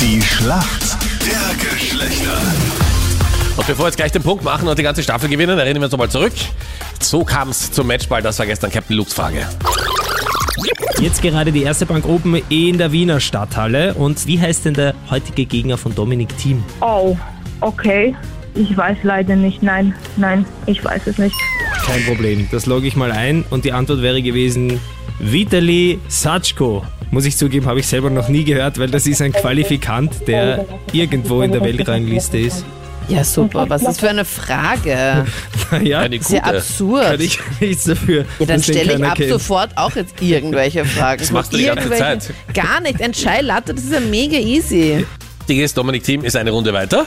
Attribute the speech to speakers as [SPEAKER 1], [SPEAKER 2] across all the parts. [SPEAKER 1] Die Schlacht der Geschlechter.
[SPEAKER 2] Und bevor wir jetzt gleich den Punkt machen und die ganze Staffel gewinnen, erinnern wir uns nochmal zurück. So kam es zum Matchball, das war gestern Captain Lukes Frage.
[SPEAKER 3] Jetzt gerade die erste Bank Open in der Wiener Stadthalle. Und wie heißt denn der heutige Gegner von Dominik Thiem?
[SPEAKER 4] Oh, okay. Ich weiß leider nicht. Nein, nein, ich weiß es nicht.
[SPEAKER 3] Kein Problem, das logge ich mal ein. Und die Antwort wäre gewesen: Vitali Satschko. Muss ich zugeben, habe ich selber noch nie gehört, weil das ist ein Qualifikant, der irgendwo in der Weltrangliste ist.
[SPEAKER 5] Ja, super. Was ist für eine Frage?
[SPEAKER 3] Ja,
[SPEAKER 2] Eine
[SPEAKER 5] Sehr
[SPEAKER 2] gute.
[SPEAKER 5] absurd.
[SPEAKER 3] kann ich nichts dafür.
[SPEAKER 5] ja, dann
[SPEAKER 3] dass den
[SPEAKER 5] stelle ich
[SPEAKER 3] keiner
[SPEAKER 5] ab
[SPEAKER 3] kennt.
[SPEAKER 5] sofort auch jetzt irgendwelche Fragen. Das
[SPEAKER 2] machst du die ganze
[SPEAKER 5] Gar nicht. Ein Chai Latte, das ist ja mega easy.
[SPEAKER 2] Die ist Dominik Thiem ist eine Runde weiter.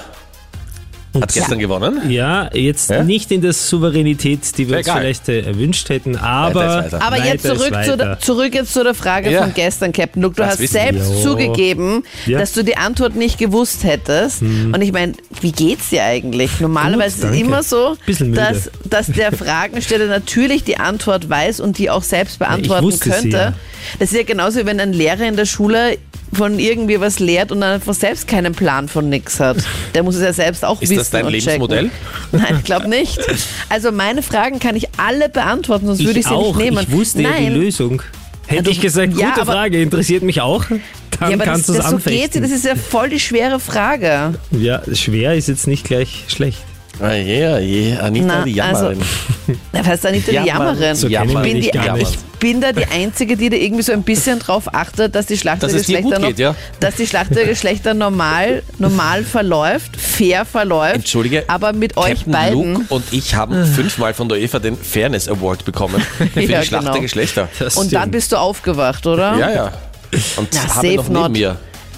[SPEAKER 2] Hat gestern gewonnen.
[SPEAKER 3] Ja, jetzt
[SPEAKER 2] Hä?
[SPEAKER 3] nicht in der Souveränität, die wir uns
[SPEAKER 2] egal.
[SPEAKER 3] vielleicht äh, erwünscht hätten, aber.
[SPEAKER 2] Weiter ist weiter.
[SPEAKER 5] Aber jetzt
[SPEAKER 3] Weiter ist
[SPEAKER 5] zurück zu, der,
[SPEAKER 3] weiter.
[SPEAKER 5] zurück jetzt zu der Frage
[SPEAKER 2] Ja.
[SPEAKER 5] von gestern, Captain Luke. Du
[SPEAKER 2] Das
[SPEAKER 5] hast
[SPEAKER 2] wissen wir.
[SPEAKER 5] selbst
[SPEAKER 3] Jo.
[SPEAKER 5] zugegeben,
[SPEAKER 3] Ja. Hm.
[SPEAKER 5] dass du die Antwort nicht gewusst hättest. Und ich meine, wie geht's dir eigentlich? Normalerweise ist
[SPEAKER 3] danke.
[SPEAKER 5] es immer so,
[SPEAKER 3] Bisschen müde.
[SPEAKER 5] dass, dass der Fragensteller natürlich die Antwort weiß und die auch selbst beantworten
[SPEAKER 3] wusste sie
[SPEAKER 5] könnte.
[SPEAKER 3] ja.
[SPEAKER 5] Das ist ja genauso, wie wenn ein Lehrer in der Schule von irgendwie was lehrt und dann einfach selbst keinen Plan von nix hat. Der muss es ja selbst auch
[SPEAKER 2] Ist
[SPEAKER 5] wissen
[SPEAKER 2] das dein
[SPEAKER 5] und
[SPEAKER 2] Lebensmodell?
[SPEAKER 5] checken. Nein, ich glaube nicht. Also meine Fragen kann ich alle beantworten, sonst würde ich sie
[SPEAKER 3] auch.
[SPEAKER 5] nicht nehmen.
[SPEAKER 3] Ich wusste
[SPEAKER 5] Nein.
[SPEAKER 3] ja die Lösung. Hätte
[SPEAKER 5] du-
[SPEAKER 3] ich gesagt, gute
[SPEAKER 5] ja, aber-
[SPEAKER 3] Frage, interessiert mich auch, dann
[SPEAKER 5] ja, aber
[SPEAKER 3] kannst du
[SPEAKER 5] das,
[SPEAKER 3] es
[SPEAKER 5] das so geht's, ja,
[SPEAKER 3] anfechten.
[SPEAKER 5] das ist ja voll die schwere Frage.
[SPEAKER 3] ja, schwer ist jetzt nicht gleich schlecht.
[SPEAKER 2] Ah, yeah, yeah. Anita,
[SPEAKER 5] Na,
[SPEAKER 2] die Jammerin.
[SPEAKER 5] Da heißt da nicht die
[SPEAKER 2] Jammern,
[SPEAKER 5] Jammerin.
[SPEAKER 2] so
[SPEAKER 5] ich,
[SPEAKER 2] kennt man
[SPEAKER 5] bin
[SPEAKER 3] dich
[SPEAKER 5] die,
[SPEAKER 3] gar
[SPEAKER 5] ich
[SPEAKER 3] nicht.
[SPEAKER 5] bin da die Einzige, die da irgendwie so ein bisschen drauf achtet, dass die Schlacht
[SPEAKER 2] Dass
[SPEAKER 5] der
[SPEAKER 2] es dir gut
[SPEAKER 5] Geschlechter noch,
[SPEAKER 2] geht, ja.
[SPEAKER 5] dass die Schlacht der Geschlechter normal, normal verläuft, fair verläuft.
[SPEAKER 2] Entschuldige,
[SPEAKER 5] Aber mit euch
[SPEAKER 2] Captain
[SPEAKER 5] beiden. Ah.
[SPEAKER 2] Luke und ich haben fünfmal von der UEFA den Fairness Award bekommen. Für
[SPEAKER 5] Ja,
[SPEAKER 2] die Schlacht
[SPEAKER 5] genau.
[SPEAKER 2] der Geschlechter.
[SPEAKER 3] Das
[SPEAKER 5] Und dann
[SPEAKER 3] stimmt.
[SPEAKER 5] bist du aufgewacht, oder?
[SPEAKER 2] Ja, ja. Und
[SPEAKER 5] Na,
[SPEAKER 2] habe ich noch
[SPEAKER 5] safe
[SPEAKER 2] neben
[SPEAKER 5] not.
[SPEAKER 2] mir.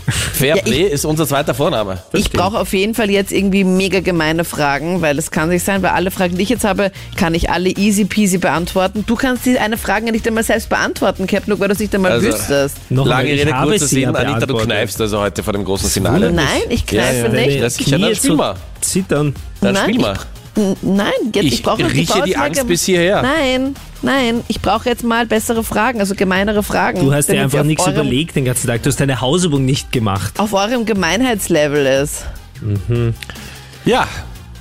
[SPEAKER 2] Fair
[SPEAKER 5] Ja, ich-
[SPEAKER 2] Play ist unser zweiter Vorname.
[SPEAKER 5] Ich brauche auf jeden Fall jetzt irgendwie mega gemeine Fragen, weil es kann nicht sein, weil alle Fragen, die ich jetzt habe, kann ich alle easy peasy beantworten. Du kannst die eine Frage ja nicht einmal selbst beantworten, Captain Luke, weil du es nicht einmal
[SPEAKER 2] Also-
[SPEAKER 5] wüsstest.
[SPEAKER 3] Noch
[SPEAKER 2] Lange
[SPEAKER 3] einmal, ich
[SPEAKER 2] Rede,
[SPEAKER 3] habe
[SPEAKER 2] kurzer
[SPEAKER 3] sie
[SPEAKER 2] Sinn.
[SPEAKER 3] ja
[SPEAKER 2] Anita, du
[SPEAKER 3] beantwortet.
[SPEAKER 2] kneifst also heute vor dem großen Finale.
[SPEAKER 5] Nein, ich kneife
[SPEAKER 2] Ja, ja.
[SPEAKER 5] nicht.
[SPEAKER 2] Deine
[SPEAKER 3] Das
[SPEAKER 2] Knie spiel mal.
[SPEAKER 3] zittern.
[SPEAKER 2] Dann
[SPEAKER 5] Nein,
[SPEAKER 2] spiel
[SPEAKER 5] ich-
[SPEAKER 2] mal.
[SPEAKER 5] Nein, jetzt
[SPEAKER 2] Ich
[SPEAKER 5] ich, brauche noch
[SPEAKER 2] rieche die
[SPEAKER 5] Pause,
[SPEAKER 2] Angst
[SPEAKER 5] gem-
[SPEAKER 2] bis hierher.
[SPEAKER 5] Nein, nein, ich brauche jetzt mal bessere Fragen, also gemeinere Fragen.
[SPEAKER 3] Du hast dir
[SPEAKER 5] damit sie
[SPEAKER 3] einfach
[SPEAKER 5] auf
[SPEAKER 3] nichts
[SPEAKER 5] eurem-
[SPEAKER 3] überlegt den ganzen Tag. Du hast deine Hausübung nicht gemacht.
[SPEAKER 5] Auf eurem Gemeinheitslevel ist.
[SPEAKER 2] Ja.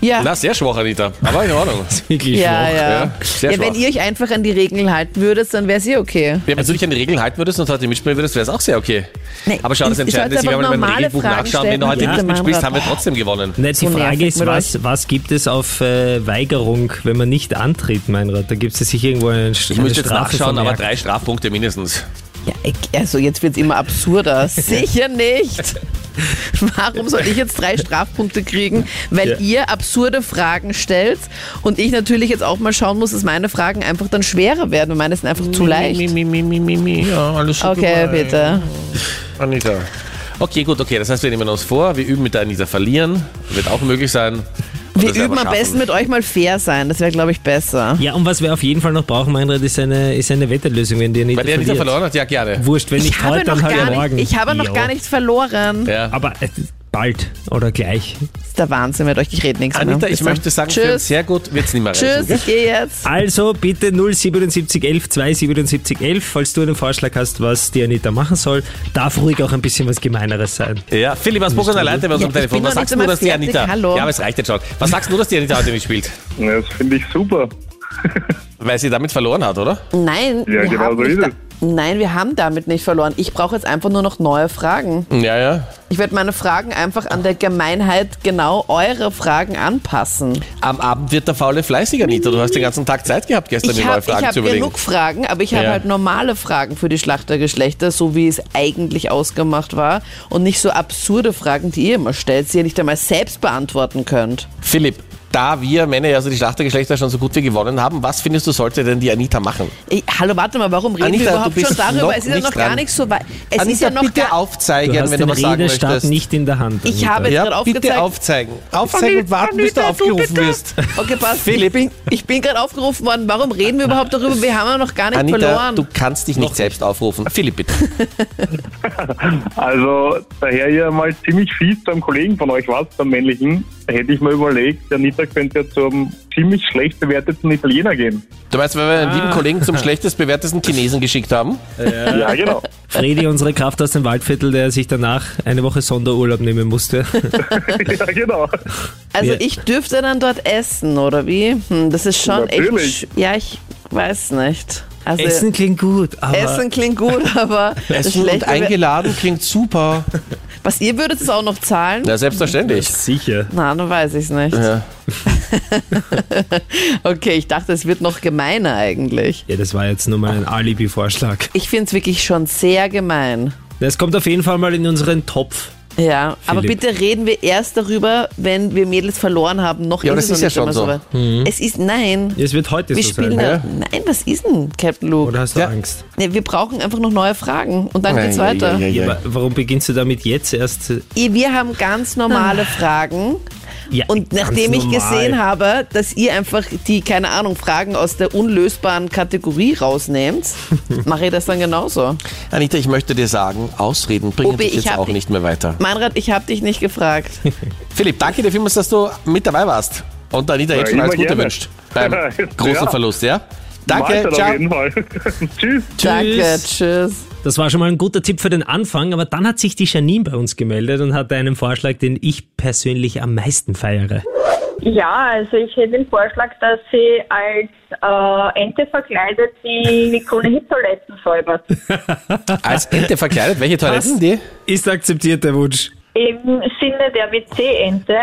[SPEAKER 5] Ja.
[SPEAKER 2] Na, sehr schwach, Anita. Aber in Ordnung.
[SPEAKER 3] Wirklich
[SPEAKER 5] ja, ja.
[SPEAKER 2] ja. Sehr
[SPEAKER 5] ja, wenn
[SPEAKER 2] schwach.
[SPEAKER 5] ihr euch einfach an die Regeln halten würdet, dann wäre es eh okay.
[SPEAKER 2] Wenn du dich an die Regeln halten würdest und heute mitspielen würdest, wäre es auch sehr okay.
[SPEAKER 5] Nee,
[SPEAKER 2] aber schau, das
[SPEAKER 5] ich- ich
[SPEAKER 2] Entscheidende
[SPEAKER 5] sollte
[SPEAKER 2] ist, wir
[SPEAKER 5] aber
[SPEAKER 2] haben in meinem
[SPEAKER 5] normale
[SPEAKER 2] Regelbuch
[SPEAKER 5] Fragen
[SPEAKER 2] nachschauen. Wenn du
[SPEAKER 5] stellen.
[SPEAKER 2] heute
[SPEAKER 5] Ja.
[SPEAKER 2] nicht mitspielst, haben wir
[SPEAKER 5] Boah.
[SPEAKER 2] trotzdem gewonnen.
[SPEAKER 3] Na, die
[SPEAKER 5] So nervig
[SPEAKER 3] Frage ist,
[SPEAKER 5] mit
[SPEAKER 3] was, was gibt es auf äh, Weigerung, wenn man nicht antritt, Meinrad? Da gibt es ja sicher irgendwo eine,
[SPEAKER 2] Ich
[SPEAKER 3] Sch- eine
[SPEAKER 2] müsste jetzt
[SPEAKER 3] Strafe
[SPEAKER 2] nachschauen, aber
[SPEAKER 3] vermerkt.
[SPEAKER 2] drei Strafpunkte mindestens.
[SPEAKER 5] Ja, ich- also jetzt wird es immer absurder. Sicher nicht. Warum soll ich jetzt drei Strafpunkte kriegen, weil
[SPEAKER 3] Ja.
[SPEAKER 5] ihr absurde Fragen stellt und ich natürlich jetzt auch mal schauen muss, dass meine Fragen einfach dann schwerer werden und meine sind einfach zu leicht.
[SPEAKER 2] Ja, alles
[SPEAKER 5] Okay, bitte.
[SPEAKER 2] Anita. Okay, gut, okay. Das heißt, wir nehmen uns vor, wir üben mit der Anita verlieren. Wird auch möglich sein. Und
[SPEAKER 5] Wir
[SPEAKER 2] das werden
[SPEAKER 5] üben am
[SPEAKER 2] schaffen.
[SPEAKER 5] besten mit euch mal fair sein. Das wäre, glaube ich, besser.
[SPEAKER 3] Ja, und was wir auf jeden Fall noch brauchen, Meinrad, ist eine, ist eine Wetterlösung, wenn die Anita
[SPEAKER 2] Weil der Anita
[SPEAKER 3] verliert.
[SPEAKER 2] verloren hat, ja gerne.
[SPEAKER 3] Wurscht, wenn
[SPEAKER 5] Ich
[SPEAKER 3] nicht
[SPEAKER 5] habe
[SPEAKER 3] heute,
[SPEAKER 5] noch
[SPEAKER 3] dann halt
[SPEAKER 5] gar,
[SPEAKER 3] morgen.
[SPEAKER 5] nicht, ich habe noch
[SPEAKER 3] Ja.
[SPEAKER 5] gar nichts verloren.
[SPEAKER 2] Ja.
[SPEAKER 3] Aber äh, bald oder gleich.
[SPEAKER 5] Das ist der Wahnsinn mit euch. Ich rede nichts
[SPEAKER 2] Anita, ich
[SPEAKER 5] mehr. ne? Bis dann.
[SPEAKER 2] möchte sagen, für uns
[SPEAKER 5] Tschüss.
[SPEAKER 2] sehr gut wird es nicht mehr reichen.
[SPEAKER 5] Tschüss, ich gehe jetzt.
[SPEAKER 3] Also bitte 07711 27711, falls du einen Vorschlag hast, was die Anita machen soll, darf ruhig auch ein bisschen was Gemeineres sein.
[SPEAKER 2] Ja, Philipp aus Burgenland leitet bei uns
[SPEAKER 5] Ja,
[SPEAKER 2] am
[SPEAKER 5] ich bin
[SPEAKER 2] Telefon. Was sagst
[SPEAKER 5] noch nicht
[SPEAKER 2] du,
[SPEAKER 5] einmal
[SPEAKER 2] dass die
[SPEAKER 5] fertig,
[SPEAKER 2] Anita...
[SPEAKER 5] hallo.
[SPEAKER 2] Ja, aber es reicht jetzt schon. Was sagst du, dass die Anita heute nicht spielt?
[SPEAKER 6] Ja, Das finde ich super.
[SPEAKER 2] Weil sie damit verloren hat, oder?
[SPEAKER 5] Nein,
[SPEAKER 6] Ja,
[SPEAKER 5] wir
[SPEAKER 6] genau
[SPEAKER 5] haben
[SPEAKER 6] so
[SPEAKER 5] nicht
[SPEAKER 6] ist
[SPEAKER 5] da- Nein, wir haben damit nicht verloren. Ich brauche jetzt einfach nur noch neue Fragen.
[SPEAKER 2] Ja, ja.
[SPEAKER 5] Ich werde meine Fragen einfach an der Gemeinheit genau eure Fragen anpassen.
[SPEAKER 2] Am Abend wird der faule fleißig, Anita. Du hast den ganzen Tag Zeit gehabt, gestern die
[SPEAKER 5] ich
[SPEAKER 2] neue
[SPEAKER 5] habe
[SPEAKER 2] Fragen
[SPEAKER 5] hab
[SPEAKER 2] zu überlegen.
[SPEAKER 5] genug Fragen, aber ich habe
[SPEAKER 2] Ja.
[SPEAKER 5] halt normale Fragen für die Schlachtergeschlechter, so wie es eigentlich ausgemacht war. Und nicht so absurde Fragen, die ihr immer stellt, die ihr nicht einmal selbst beantworten könnt.
[SPEAKER 2] Philipp, da wir Männer, also die Schlachtergeschlechter schon so gut wie gewonnen haben, was findest du, sollte denn die Anita machen?
[SPEAKER 5] Ey, hallo, warte mal, warum reden
[SPEAKER 2] Anita,
[SPEAKER 5] wir
[SPEAKER 2] du
[SPEAKER 5] überhaupt
[SPEAKER 2] bist
[SPEAKER 5] schon
[SPEAKER 2] noch
[SPEAKER 5] darüber? Es ist ja
[SPEAKER 2] nicht
[SPEAKER 5] noch gar
[SPEAKER 2] dran.
[SPEAKER 5] nicht so weit. Es
[SPEAKER 2] Anita,
[SPEAKER 5] ist ja noch
[SPEAKER 2] bitte
[SPEAKER 5] gar
[SPEAKER 3] Du
[SPEAKER 2] aufzeigen,
[SPEAKER 3] hast
[SPEAKER 2] wenn du
[SPEAKER 3] den
[SPEAKER 2] was sagen
[SPEAKER 3] Redestab
[SPEAKER 2] möchtest.
[SPEAKER 3] nicht in der Hand.
[SPEAKER 5] Ich
[SPEAKER 3] Anita.
[SPEAKER 5] habe-
[SPEAKER 2] ja,
[SPEAKER 5] Jetzt gerade
[SPEAKER 2] bitte
[SPEAKER 5] aufgezeigt.
[SPEAKER 2] aufzeigen. Aufzeigen und warten, bis du
[SPEAKER 5] Anita, du
[SPEAKER 2] aufgerufen
[SPEAKER 5] bitte.
[SPEAKER 2] wirst.
[SPEAKER 5] Okay, passt.
[SPEAKER 2] Philipp.
[SPEAKER 5] Ich bin, ich bin gerade aufgerufen worden. Warum reden wir überhaupt darüber? Wir haben ja noch gar nicht
[SPEAKER 2] Anita,
[SPEAKER 5] verloren.
[SPEAKER 2] du kannst dich nicht selbst aufrufen. Philipp, bitte.
[SPEAKER 6] Also, daher ihr mal ziemlich fies beim Kollegen von euch warst, beim männlichen, hätte ich mir überlegt, der Anita könnte ja zum ziemlich schlecht bewerteten Italiener gehen.
[SPEAKER 2] Du meinst, weil wir einen
[SPEAKER 5] Ah.
[SPEAKER 2] lieben Kollegen zum schlechtest bewertesten Chinesen geschickt haben?
[SPEAKER 6] Ja, genau.
[SPEAKER 3] Fredi, unsere Kraft aus dem Waldviertel, der sich danach eine Woche Sonderurlaub nehmen musste.
[SPEAKER 6] ja, genau.
[SPEAKER 5] Also
[SPEAKER 3] Ja.
[SPEAKER 5] ich dürfte dann dort essen, oder wie? Hm, das ist schon
[SPEAKER 6] Natürlich.
[SPEAKER 5] echt. sch- Ja, ich weiß nicht. Also,
[SPEAKER 3] Essen klingt gut, aber
[SPEAKER 5] Essen klingt gut, aber das
[SPEAKER 2] Essen und
[SPEAKER 5] Schlechte wär-
[SPEAKER 2] eingeladen klingt super.
[SPEAKER 5] Was ihr würdet es auch noch zahlen?
[SPEAKER 2] Ja, selbstverständlich.
[SPEAKER 3] sicher.
[SPEAKER 5] Na, dann weiß ich es nicht.
[SPEAKER 2] Ja.
[SPEAKER 5] Okay, ich dachte, es wird noch gemeiner eigentlich.
[SPEAKER 3] Ja, das war jetzt nur mal ein Alibi-Vorschlag.
[SPEAKER 5] Ich finde es wirklich schon sehr gemein.
[SPEAKER 3] Das kommt auf jeden Fall mal in unseren Topf.
[SPEAKER 5] Ja, aber
[SPEAKER 3] Philipp.
[SPEAKER 5] bitte reden wir erst darüber, wenn wir Mädels verloren haben. Noch
[SPEAKER 2] Ja, aber
[SPEAKER 5] ist
[SPEAKER 2] das
[SPEAKER 5] es
[SPEAKER 2] ist
[SPEAKER 5] noch
[SPEAKER 2] ja
[SPEAKER 5] nicht
[SPEAKER 2] schon Mhm.
[SPEAKER 5] immer weit. Es ist, nein.
[SPEAKER 3] Es wird heute
[SPEAKER 5] wir
[SPEAKER 3] so
[SPEAKER 5] spielen
[SPEAKER 3] sein.
[SPEAKER 5] da. Nein, was ist denn, Captain Luke?
[SPEAKER 3] Oder hast du
[SPEAKER 2] Ja.
[SPEAKER 3] Angst?
[SPEAKER 5] nee, wir brauchen einfach noch neue Fragen und dann geht's weiter.
[SPEAKER 2] Ja, ja, ja, ja.
[SPEAKER 3] Aber warum beginnst du damit jetzt erst? äh,
[SPEAKER 5] Ihr- Wir haben ganz normale Fragen.
[SPEAKER 3] Ja,
[SPEAKER 5] Und
[SPEAKER 3] ganz
[SPEAKER 5] nachdem ich
[SPEAKER 3] normal.
[SPEAKER 5] gesehen habe, dass ihr einfach die, keine Ahnung, Fragen aus der unlösbaren Kategorie rausnehmt, mache ich das dann genauso.
[SPEAKER 2] Anita, ich möchte dir sagen, Ausreden bringen
[SPEAKER 5] Obi,
[SPEAKER 2] dich
[SPEAKER 5] ich
[SPEAKER 2] jetzt
[SPEAKER 5] hab
[SPEAKER 2] auch
[SPEAKER 5] dich-
[SPEAKER 2] nicht mehr weiter.
[SPEAKER 5] Meinrad, ich habe dich nicht gefragt.
[SPEAKER 2] Philipp, danke dir vielmals, dass du mit dabei warst. Und Anita jetzt schon
[SPEAKER 6] immer
[SPEAKER 2] alles Gute
[SPEAKER 6] gerne.
[SPEAKER 2] wünscht. Beim
[SPEAKER 6] Ja.
[SPEAKER 2] großen Verlust, ja? Danke,
[SPEAKER 6] Mahlzeit auf
[SPEAKER 2] ciao.
[SPEAKER 6] jeden Fall. Tschüss.
[SPEAKER 5] Danke, tschüss.
[SPEAKER 3] Das war schon mal ein guter Tipp für den Anfang, aber dann hat sich die Janine bei uns gemeldet und hatte einen Vorschlag, den ich persönlich am meisten feiere.
[SPEAKER 7] Ja, also ich hätte den Vorschlag, dass sie als äh, Ente verkleidet die Kronehi-Toiletten säubert.
[SPEAKER 2] Als Ente verkleidet, welche Toiletten die?
[SPEAKER 3] Ist akzeptiert der Wunsch.
[SPEAKER 7] Im Sinne der WC-Ente.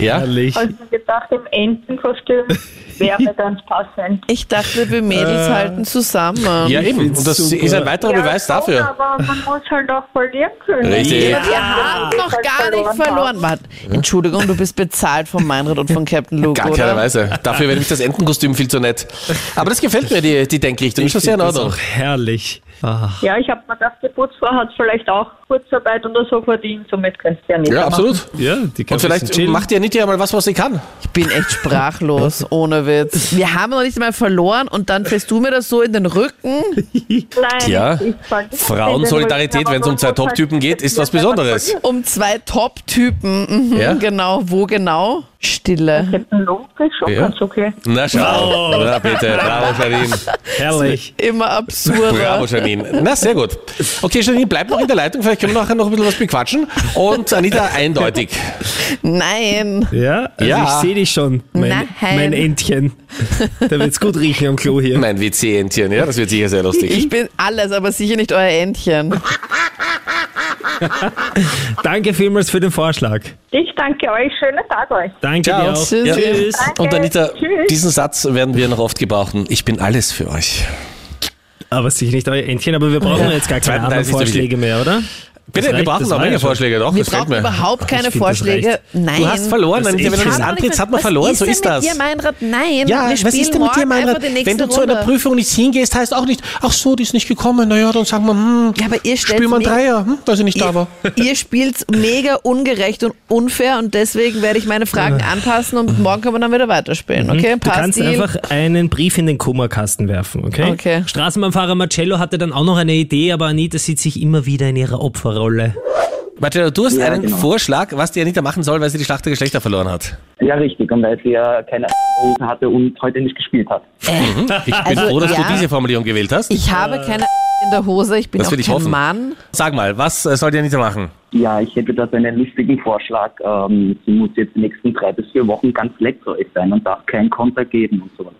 [SPEAKER 2] Ja?
[SPEAKER 3] Herrlich.
[SPEAKER 7] Also ich gedacht, im Entenkostüm wäre ganz passend.
[SPEAKER 5] Ich dachte, wir
[SPEAKER 3] Äh.
[SPEAKER 5] Mädels halten zusammen.
[SPEAKER 2] Ja, eben.
[SPEAKER 3] find's
[SPEAKER 2] Und das
[SPEAKER 3] super.
[SPEAKER 2] ist ein weiterer Beweis
[SPEAKER 7] schon,
[SPEAKER 2] dafür.
[SPEAKER 7] Aber man muss halt auch verlieren können.
[SPEAKER 2] Richtig.
[SPEAKER 5] Aber Wir haben noch
[SPEAKER 7] halt
[SPEAKER 5] gar nicht verloren. Warte, Entschuldigung, du bist bezahlt von Meinrad und von Captain Luke,
[SPEAKER 2] Gar
[SPEAKER 5] oder?
[SPEAKER 2] keinerweise. Dafür wäre mich das Entenkostüm viel zu nett. Aber das gefällt mir, die, die Denkrichtung. Ist schon sehr in
[SPEAKER 3] Das ist
[SPEAKER 2] Ordnung.
[SPEAKER 3] auch herrlich. Ach,
[SPEAKER 7] Ja, ich habe mir gedacht, die Putzfrau hat vielleicht auch Kurzarbeit oder so verdient, somit könnt ihr ja nicht
[SPEAKER 2] Ja, absolut.
[SPEAKER 3] ja, die kann
[SPEAKER 2] Und
[SPEAKER 3] ein bisschen
[SPEAKER 2] vielleicht
[SPEAKER 3] chillen.
[SPEAKER 2] macht die Anita ja mal was, was sie kann.
[SPEAKER 5] Ich bin echt sprachlos, ohne Witz. Wir haben noch nicht mal verloren und dann fällst du mir das so in den Rücken.
[SPEAKER 7] Nein,
[SPEAKER 2] Tja,
[SPEAKER 7] ich fand-
[SPEAKER 2] Frauensolidarität, wenn es um zwei Top-Typen geht, ist was Besonderes.
[SPEAKER 5] Um zwei Top-Typen. Mhm,
[SPEAKER 2] Ja.
[SPEAKER 5] Genau, wo genau? Stille.
[SPEAKER 7] Logisch, schon
[SPEAKER 2] Ja.
[SPEAKER 7] ganz okay.
[SPEAKER 2] Na schau. Na bitte. Bravo, Janine.
[SPEAKER 3] herrlich.
[SPEAKER 5] Immer
[SPEAKER 2] Bravo,
[SPEAKER 5] absurder.
[SPEAKER 2] Janine. Na, sehr gut. Okay, Janine, bleib noch in der Leitung. Vielleicht können wir nachher noch ein bisschen was bequatschen. Und Anita, eindeutig.
[SPEAKER 5] Nein.
[SPEAKER 3] Ja, also
[SPEAKER 2] Ja.
[SPEAKER 3] ich sehe dich schon, mein,
[SPEAKER 5] Nein.
[SPEAKER 3] mein Entchen. Da wird's gut riechen am Klo hier.
[SPEAKER 2] Mein WC-Entchen, ja, das wird sicher sehr lustig.
[SPEAKER 5] Ich bin alles, aber sicher nicht euer Entchen.
[SPEAKER 3] Danke vielmals für den Vorschlag.
[SPEAKER 7] Ich danke euch, schönen Tag euch.
[SPEAKER 3] Danke
[SPEAKER 2] Ciao.
[SPEAKER 3] dir auch.
[SPEAKER 5] Tschüss.
[SPEAKER 2] Ja.
[SPEAKER 3] Tschüss.
[SPEAKER 2] Und Anita,
[SPEAKER 7] Tschüss.
[SPEAKER 2] diesen Satz werden wir noch oft gebrauchen. Ich bin alles für euch.
[SPEAKER 3] Aber sicher nicht euer Entchen, aber wir brauchen jetzt gar keine
[SPEAKER 2] Zweiten Teil
[SPEAKER 3] anderen
[SPEAKER 2] ist der
[SPEAKER 3] Vorschläge mehr, oder?
[SPEAKER 2] Bitte,
[SPEAKER 3] reicht,
[SPEAKER 2] wir brauchen
[SPEAKER 3] das
[SPEAKER 2] noch
[SPEAKER 3] war
[SPEAKER 2] mehr
[SPEAKER 3] ja schon.
[SPEAKER 2] Vorschläge, doch.
[SPEAKER 5] Wir
[SPEAKER 2] das fällt
[SPEAKER 5] brauchen
[SPEAKER 2] mir.
[SPEAKER 5] überhaupt keine
[SPEAKER 3] Ich find, das
[SPEAKER 5] Vorschläge.
[SPEAKER 3] reicht.
[SPEAKER 5] Nein.
[SPEAKER 2] Du hast verloren,
[SPEAKER 3] Das
[SPEAKER 2] Anita. Wenn du
[SPEAKER 3] Entchen.
[SPEAKER 2] das
[SPEAKER 3] Hat
[SPEAKER 2] antrittst, hat man verloren.
[SPEAKER 5] Was
[SPEAKER 2] So ist
[SPEAKER 5] denn
[SPEAKER 2] das.
[SPEAKER 5] Mit dir, Meinrad?
[SPEAKER 2] Ja,
[SPEAKER 5] Nein. wir
[SPEAKER 2] was ist
[SPEAKER 5] spielen
[SPEAKER 2] denn mit dir,
[SPEAKER 5] morgen
[SPEAKER 2] Meinrad?
[SPEAKER 5] einfach die nächste
[SPEAKER 2] Wenn du zu einer
[SPEAKER 5] Runde.
[SPEAKER 2] Prüfung nicht hingehst, heißt auch nicht, ach so, die ist nicht gekommen. Naja, dann sagen wir, hm,
[SPEAKER 5] Ja, aber ihr stellt
[SPEAKER 2] spielen wir einen
[SPEAKER 5] mich-
[SPEAKER 2] Dreier, hm, weil sie nicht da war.
[SPEAKER 5] Ihr, ihr spielt mega ungerecht und unfair und deswegen werde ich meine Fragen anpassen und morgen können wir dann wieder weiterspielen. Okay,
[SPEAKER 3] Mhm. Du kannst
[SPEAKER 5] Deal?
[SPEAKER 3] einfach einen Brief in den Kummerkasten werfen, okay?
[SPEAKER 5] Okay.
[SPEAKER 3] Straßenbahnfahrer Marcello hatte dann auch noch eine Idee, aber Anita sieht sich immer wieder in ihrer Opferrolle.
[SPEAKER 2] Marcello, du hast einen Vorschlag, was die Anita machen soll, weil sie die Schlacht der Geschlechter verloren hat.
[SPEAKER 8] Ja, richtig. Und weil sie ja keine Hosen hatte und heute nicht gespielt hat.
[SPEAKER 2] Ich bin
[SPEAKER 5] Also,
[SPEAKER 2] froh, dass
[SPEAKER 5] ja.
[SPEAKER 2] du diese Formulierung gewählt hast.
[SPEAKER 5] Ich habe
[SPEAKER 3] Äh.
[SPEAKER 5] keine in der Hose, ich bin
[SPEAKER 2] Das
[SPEAKER 5] auch
[SPEAKER 2] will ich
[SPEAKER 5] kein
[SPEAKER 2] hoffen.
[SPEAKER 5] Mann.
[SPEAKER 2] Sag mal, was äh, soll die Anita machen?
[SPEAKER 8] Ja, ich hätte da so einen lustigen Vorschlag. Ähm, sie muss jetzt die nächsten drei bis vier Wochen ganz lecksäuig sein und darf keinen Konter geben und sowas.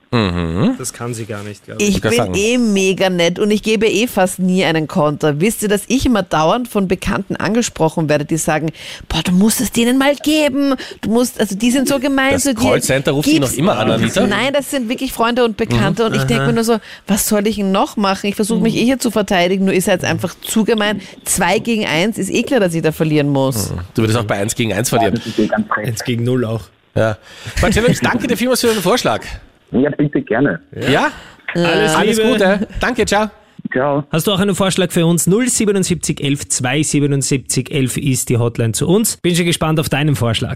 [SPEAKER 3] Das kann sie gar nicht, glaube
[SPEAKER 5] Ich
[SPEAKER 2] kann
[SPEAKER 5] bin
[SPEAKER 2] sagen.
[SPEAKER 5] eh mega nett und ich gebe eh fast nie einen Konter. Wisst ihr, dass ich immer dauernd von Bekannten angesprochen werde, die sagen, boah, du musst es denen mal geben. Du musst, also die sind so gemein
[SPEAKER 2] Das
[SPEAKER 5] zu dir.
[SPEAKER 2] Callcenter ruft die noch
[SPEAKER 5] Gib's-
[SPEAKER 2] immer an, Anita? Mhm.
[SPEAKER 5] Nein, das sind wirklich Freunde und Bekannte und ich denke mir nur so, was soll ich denn noch machen? Ich versuche mich eh hier zu verteidigen, nur ist er jetzt einfach zu gemein. Zwei gegen eins ist eh klar, dass ich da verlieren muss.
[SPEAKER 2] Du würdest auch bei 1 gegen 1
[SPEAKER 8] Ja,
[SPEAKER 2] verlieren.
[SPEAKER 8] das ist eh ganz recht.
[SPEAKER 3] Jetzt gegen Null auch.
[SPEAKER 2] Ja. Marcello, ich danke dir vielmals für deinen Vorschlag.
[SPEAKER 8] Ja, bitte gerne.
[SPEAKER 2] Ja?
[SPEAKER 5] Äh,
[SPEAKER 3] Alles,
[SPEAKER 2] Alles
[SPEAKER 3] Liebe.
[SPEAKER 2] Gute. Danke, ciao.
[SPEAKER 8] Ciao.
[SPEAKER 3] Hast du auch einen Vorschlag für uns? 077 11 277 11 ist die Hotline zu uns. Bin schon gespannt auf deinen Vorschlag.